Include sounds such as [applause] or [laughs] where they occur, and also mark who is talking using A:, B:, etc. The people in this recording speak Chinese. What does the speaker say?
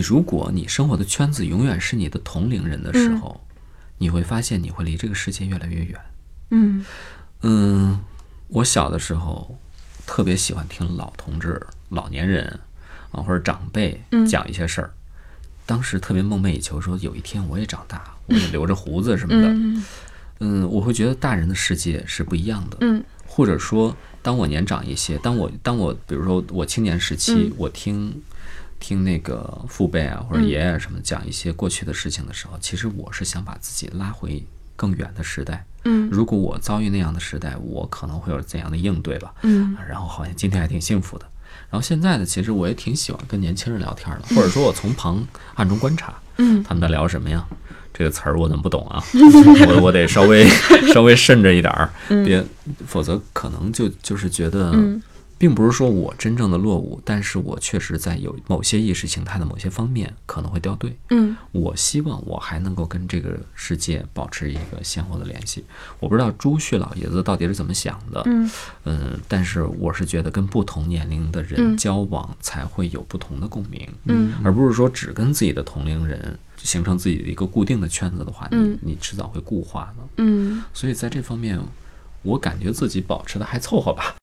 A: 如果你生活的圈子永远是你的同龄人的时候，你会发现你会离这个世界越来越远。
B: 嗯
A: 嗯，我小的时候特别喜欢听老同志、老年人啊或者长辈
B: 嗯
A: 讲一些事儿，当时特别梦寐以求说有一天我也长大，我也留着胡子什么的。
B: 嗯
A: 嗯，我会觉得大人的世界是不一样的，
B: 嗯
A: 或者说，当我年长一些，当我当我比如说我青年时期，我听听那个父辈啊或者爷爷什么讲一些过去的事情的时候，其实我是想把自己拉回更远的时代。
B: 嗯
A: 如果我遭遇那样的时代，我可能会有怎样的应对吧？
B: 嗯
A: 啊然后好像今天还挺幸福的。然后现在呢，其实我也挺喜欢跟年轻人聊天的，或者说我从旁暗中观察，
B: 嗯，
A: 他们在聊什么呀？这个词儿我怎么不懂啊？ [laughs] 我我得稍微稍微慎着一点儿， [laughs] 别，否则可能就就是觉得，
B: 嗯
A: 并不是说我真正的落伍，但是我确实在有某些意识形态的某些方面可能会掉队。
B: 嗯
A: 我希望我还能够跟这个世界保持一个鲜活的联系。我不知道朱旭老爷子到底是怎么想的，
B: 嗯
A: 嗯，但是我是觉得跟不同年龄的人交往才会有不同的共鸣，
B: 嗯，
A: 而不是说只跟自己的同龄人形成自己的一个固定的圈子的话，
B: 嗯
A: 你你迟早会固化的。
B: 嗯
A: 所以在这方面，我感觉自己保持的还凑合吧。